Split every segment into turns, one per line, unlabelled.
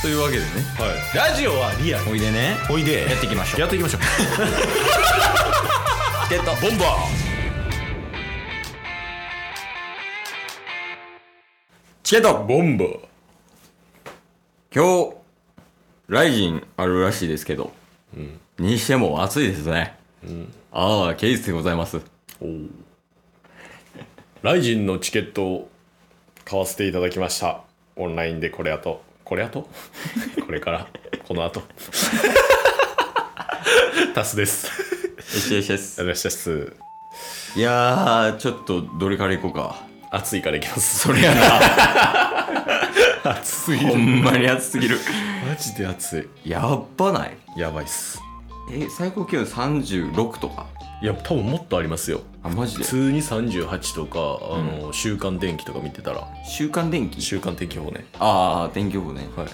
というわけでね
はい、ラジオはリアル
おいでね
おいで
やっていきましょう
やってい きましょう
ゲット
ボンバ
チケッ
ー
ト
ボンバー
今日ライジンあるらしいですけど、にしても暑いですね、ああケイスでございます
おうライジンのチケットを買わせていただきましたオンラインでこれあとこれあ とこれからこのあ とタスですあ
HHS
りがとうございました
いやーちょっとどれからいこう か
暑いからいきます
それや な
暑すぎ
ほ
る
んまに暑すぎる
マジで暑
やっばない
いやばいっす
え最高気温36とか
いや多分もっとありますよ
あマジ
普
で
通に38とかあの、週間天気とか見てたら
週間電気
週間天気予報ね
ああ天気予報ね
は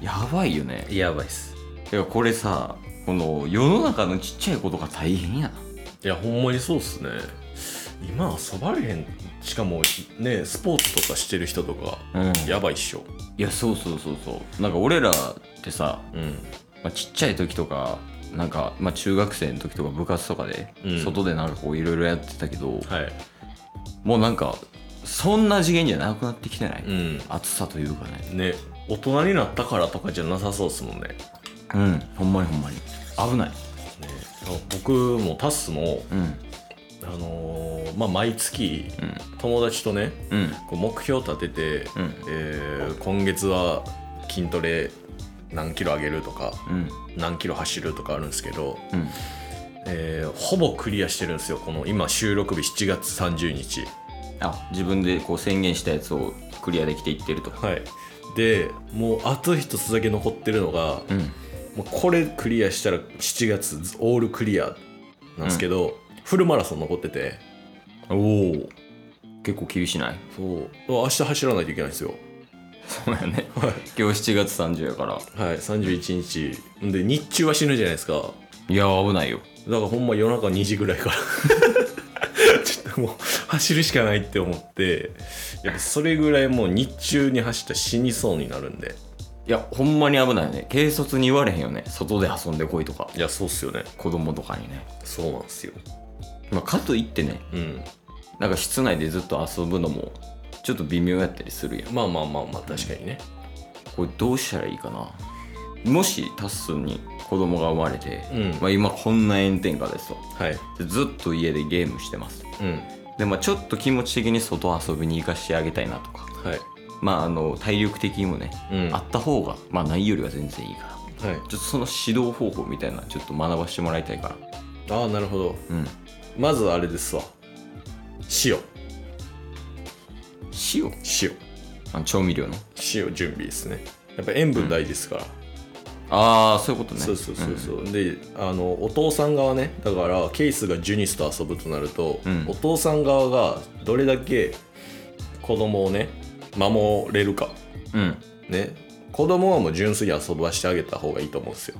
やばいよね
いやばいっす
いやこれさこの世の中のちっちゃいことが大変やない
やほんまにそうっすね今遊ばれへんしかもねスポーツとかしてる人とか、
うん
やばいっしょ
いやそうそうそうそうなんか俺らってさ、
うん
まあ、ちっちゃい時とかなんか、まあ、中学生の時とか部活とかで、
うん
外でなんかこういろいろやってたけど、
はい
もうなんかそんな次元じゃなくなってきてない、
うん
暑さというかね
ね大人になったからとかじゃなさそうっすもんねね
うんほんまにほんまに危ない
僕もタスも
うん
あのーまあ毎月
うん
友達とね
うん
こう目標立てて、
うん
えー今月は筋トレ何キロ上げるとか
うん
何キロ走るとかあるんですけど、
うん
えーほぼクリアしてるんですよこの今収録日7月30日
あ自分でこう宣言したやつをクリアできていってると
はいでもうあと一つだけ残ってるのが、
うん
もうこれクリアしたら7月オールクリアなんですけど、フルマラソン残ってて
おお結構厳しない
そう明日走らないといけないんですよ
そうやね今日7月30やから
はい31日で日中は死ぬじゃないですか
いや危ないよ
だからほんま夜中2時ぐらいから ちょっともう走るしかないって思ってやっぱそれぐらいもう日中に走ったら死にそうになるんで
いやほんまに危ないよね軽率に言われへんよね外で遊んでこいとか
いやそうっすよね
子供とかにね、
そうなんすよ
まあ、かといってね
うん
なんか室内でずっと遊ぶのもちょっと微妙やったりするやん
まあまあまあまあ確かにね
これどうしたらいいかなもしタッスンに子供が生まれて、
うん
まあ、今こんな炎天下ですと
はい
でずっと家でゲームしてます
うん
でまあちょっと気持ち的に外遊びに行かしてあげたいなとか
はい
まああの体力的にもね、
うん
あった方がまあないよりは全然いいから
はい
ちょっとその指導方法みたいなのちょっと学ばしてもらいたいから
ああなるほど
うん
まずあれですわ塩
塩
塩
あの調味料の
塩準備ですねやっぱ塩分大事ですから、
ああそういうことね
そうそうそうそうう、であのお父さん側ねだからケイスがジュニスと遊ぶとなると、
うん
お父さん側がどれだけ子供をね守れるか
ん、うん
ね子供はもう純粋に遊ばしてあげた方がいいと思うんですよ、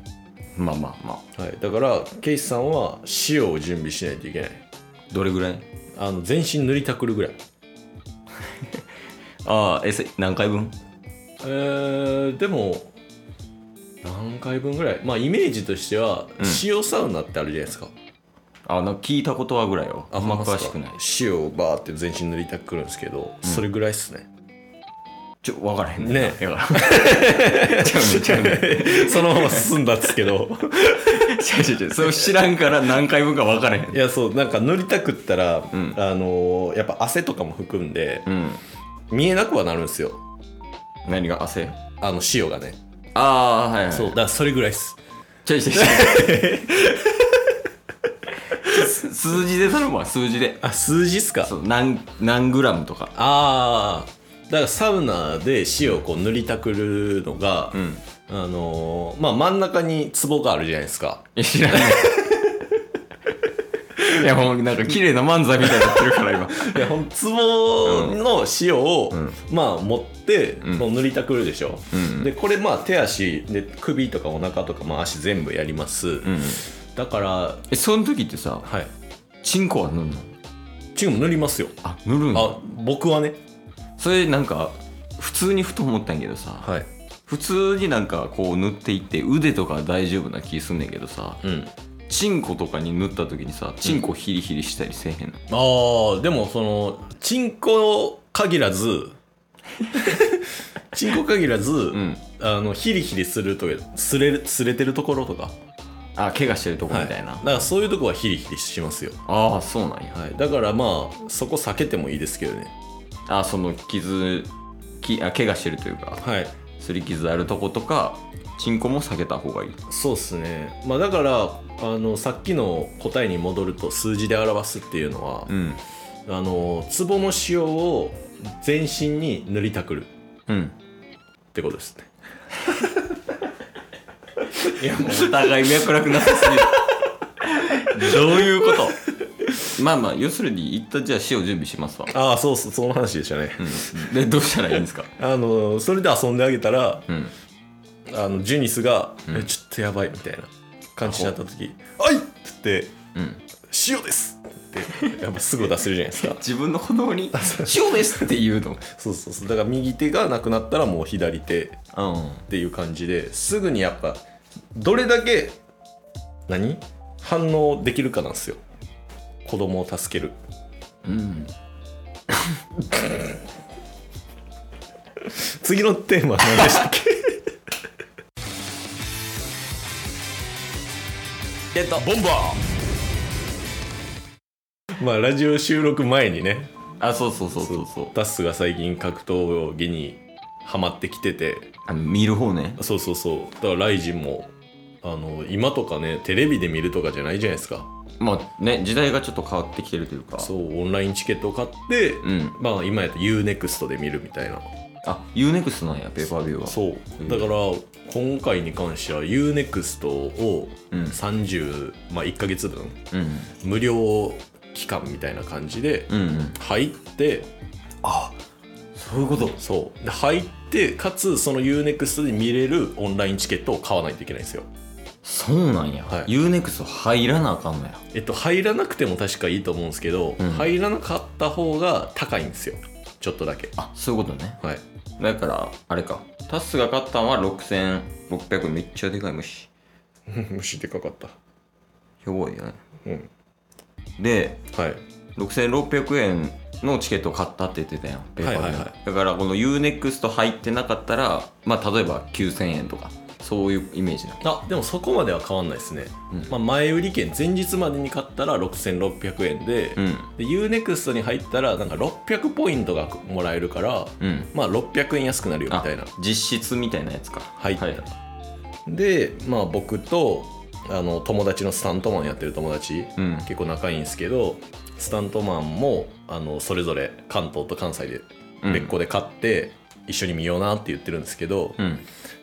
まあまあま
はい、だからケイスさんは塩を準備しないといけない
あどれぐらい
あの全身塗りたくるぐらい
ああえせ何回分
えーでも何回分ぐらいまあイメージとしては
うん
塩サウナってあるじゃないですか、
あなんか聞いたことはぐらいよあんま
ほ
詳
っす
し
か
くない
塩をバーって全身塗りたくるんですけど、それぐらいっすね
ちょ分からへん
ね
だからちゃうねちゃうね
そのまま進んだんです けど
ちゃうちゃうちゃうそう知らんから何回分か分からへん
いやそうなんか塗りたくったら、
ん
あのーやっぱ汗とかも含んで
うん
見えなくはなるんですよ
何が汗
あの塩がね、
ああはい、はい、
そうだからそれぐらいっす
ちょいちょいちょいす数字で頼むわ数字で
あ数字っすか
そう何何グラムとか
ああだからサウナで塩をこう塗りたくるのが、
ん
あのーまあ真ん中にツボがあるじゃないですか
いや知らない いやもうなんか綺麗な漫才みたいになってるから 今
いやほんツボの塩を、
ん
まあ持って、
ん
その塗りたくるでしょ、
うん
でこれまあ手足で首とかお腹とか、まあ、足全部やります、
うん
だからは
えその時ってさ
い
チンコは塗るの
チーム塗りますよ
あ塗るんだ
あ僕はね
それなんか普通にふと思ったんやけどさ、
はい
普普通になんかこう塗っていって腕とか大丈夫な気すんねんけどさ
うん
チンコとかに塗った時にさチンコヒリヒリしたりせえへんの、
あーでもそのチンコ限ら ずチンコ限らず、
うん、
あのヒリヒリするとかすれるすれてるところとか
あ怪我してるとこみたいな、
だからそういうとこはヒリヒリしますよ、
ああそうなんや
はい、だからまあそこ避けてもいいですけどね
あその傷きあ怪我してるというか
はい
すり傷あるとことかチンコも避けた方がいい
そうっすねまあだからあのさっきの答えに戻ると数字で表すっていうのは、
ん
あのツボの塩を全身に塗りたくる
うん
ってことですね
いやもうお互い脈絡なさすぎるどういうことまあまあ要するに一旦じゃあ塩準備しますわ、
ああそうそうその話でしたね、
うん、でどうしたらいいんですか
あのそれで遊んであげたら
うん
あのジュニスが、
うん
えちょっとやばい」みたいな感じになった時「はい!」って言って
うん
「塩です!」ってやっぱすぐ出せるじゃないですか
自分の子供に塩ですって言うの
そうそうそうだから右手がなくなったらもう左手っ
うん
ていう感じですぐにやっぱどれだけ何反応できるかなんですよ子供を助ける
うん
次のテーマは何で したっけ
ゲット
ボンバーまあラジオ収録前にね
あそうそうそうそうそう
ダッスが最近格闘技にハマってきてて
あの見る方ね
そうそうそうだからライジンもあの今とかねテレビで見るとかじゃないじゃないですか
まあね時代がちょっと変わってきてるというか
そうオンラインチケットを買って、
うん
まあ今やと UNEXT で見るみたいな
あ UNEXT なんやペーパービューは
そう
うん
だから今回に関しては UNEXT を
うん
30、まあ1ヶ月分
うん
無料期間みたいな感じで
うんうん
入って、あ
そういうこと
そうで入ってかつその UNEXT で見れるオンラインチケットを買わないといけないんですよ
そうなんや、
はい
UNEXT 入らなあかんのや
えっと、入らなくても確かいいと思うんですけど、
うん
入らなかった方が高いんですよちょっとだけ
あそういうことね
はい
だからあれかタスが勝ったんは6600めっちゃでかい虫
虫でかかった
ひょぼいよね
うん
で
はい
6600円のチケットを買ったって言ってたやんペーパービュー
はいはいは
だからこの UNEXT 入ってなかったらまあ例えば9000円とかそういうイメージだ
あでもそこまでは変わんないですね、
うん
まあ、前売り券前日までに買ったら6600円で,、
うん
で UNEXT に入ったらなんか600ポイントがもらえるから、
うん
まあ600円安くなるよみ
あ
たいな
実質みたいなやつか
入ったら、でまあ僕とあの友達のスタントマンやってる友達、
うん
結構仲いいんですけどスタントマンもあのそれぞれ関東と関西で
うん
別個で買って、一緒に見ようなって言ってるんですけど、
うん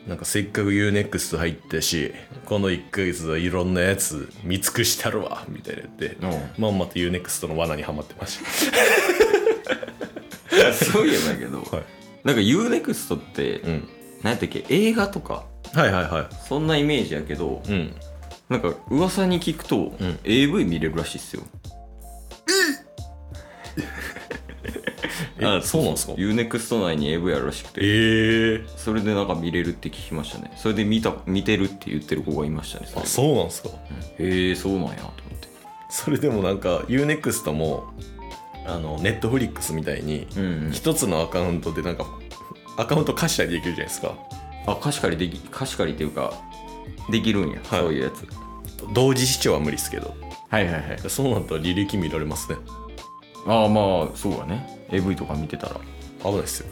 なんかせっかく UNEXT 入ったしこの1ヶ月はいろんなやつ見尽くしたるわみたいな言って、
おう
まんまと UNEXT の罠にはまってまし
そういえばやけど
た、はい
なんか UNEXT って、
うん、
何やったっけ映画とか
はいはいは
そんなイメージやけど
いうん
なんか噂に聞くと、
うん
AV 見れるらしいっすよ
え
あ
そうなんですか
UNEXT 内に AV あるらしくて
ええ
それでなんか見れるって聞きましたねそれで見た見てるって言ってる子がいましたね
あそうなんですか
うんへえそうなんやと思って
それでもなんか UNEXT もあの Netflix みたいに
うん、
一つのアカウントでなんかアカウント貸したりできるじゃないですか
あ貸し借りでき貸し借りっていうかできるんや、
はい
そういうやつ
同時視聴は無理ですけど
はいはいはい
そうなったら履歴見られますね
ああまあそうだね AV とか見てたら
危ないですよ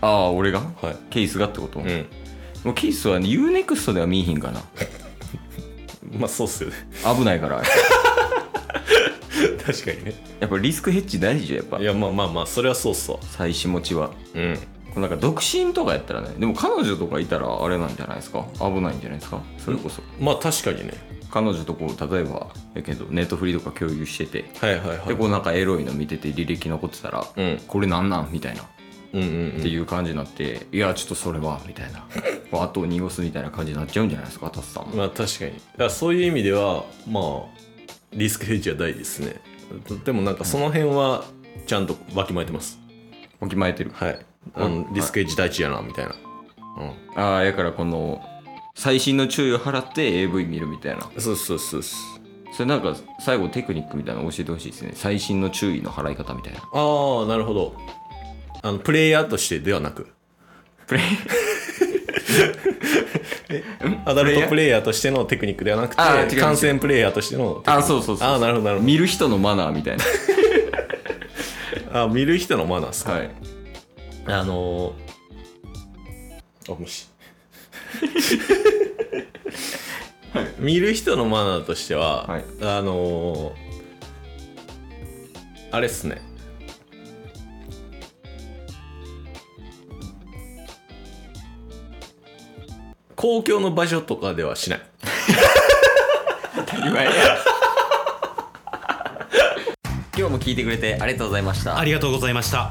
ああ俺が
はい
ケースがってこと、も
うん
うケースは、ね、UNEXT では見えへんかな
まあそうっすよね
危ない から
確かにね
やっぱリスクヘッジ大事よやっぱ
いやまあまあまあそれはそうっすわ
妻子持ちは
うん
こうなんか独身とかやったらねでも彼女とかいたらあれなんじゃないですか危ないんじゃないですかそれこそ
まあ確かにね
彼女とこう例えばやけどネットフリとか共有してて
はいはいはい
でこうなんかエロいの見てて履歴残ってたら、
うん
これなんなんみたいなっ
うんうんうん
ていう感じになって、いやちょっとそれはみたい なこう後を濁すみたいな感じになっちゃうんじゃないですかタスさんも
まあ確かにだからそういう意味ではまあリスクヘッジは大事ですねでもなんかその辺はちゃんとわきまえてます
わきまえてる
はいあの、
うん
リスクヘッジ大事やなみたいなう
ああやからこの最新の注意を払って AV 見るみたいなん
そうそうそうそう
それなんか最後テクニックみたいなの教えてほしいですね最新の注意の払い方みたい な
ああなるほどあのプレイヤーとしてではなく
プレイ
アダルト
プ
プレイヤーとしてのテクニックではなく
あー違う違
て
う
感染プレイヤーとしてのテクニック
あそうそうそう
ああなるほどなるほ
見る人のマナーみた いな
どあー見る人のマナーですか、
はい
あのー、あ無視 見る人のマナーとしては、
はい
あのー、あれっすね公共の場所とかではしない
当たり前や 今日も聞いてくれてありがとうございました
ありがとうございました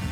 す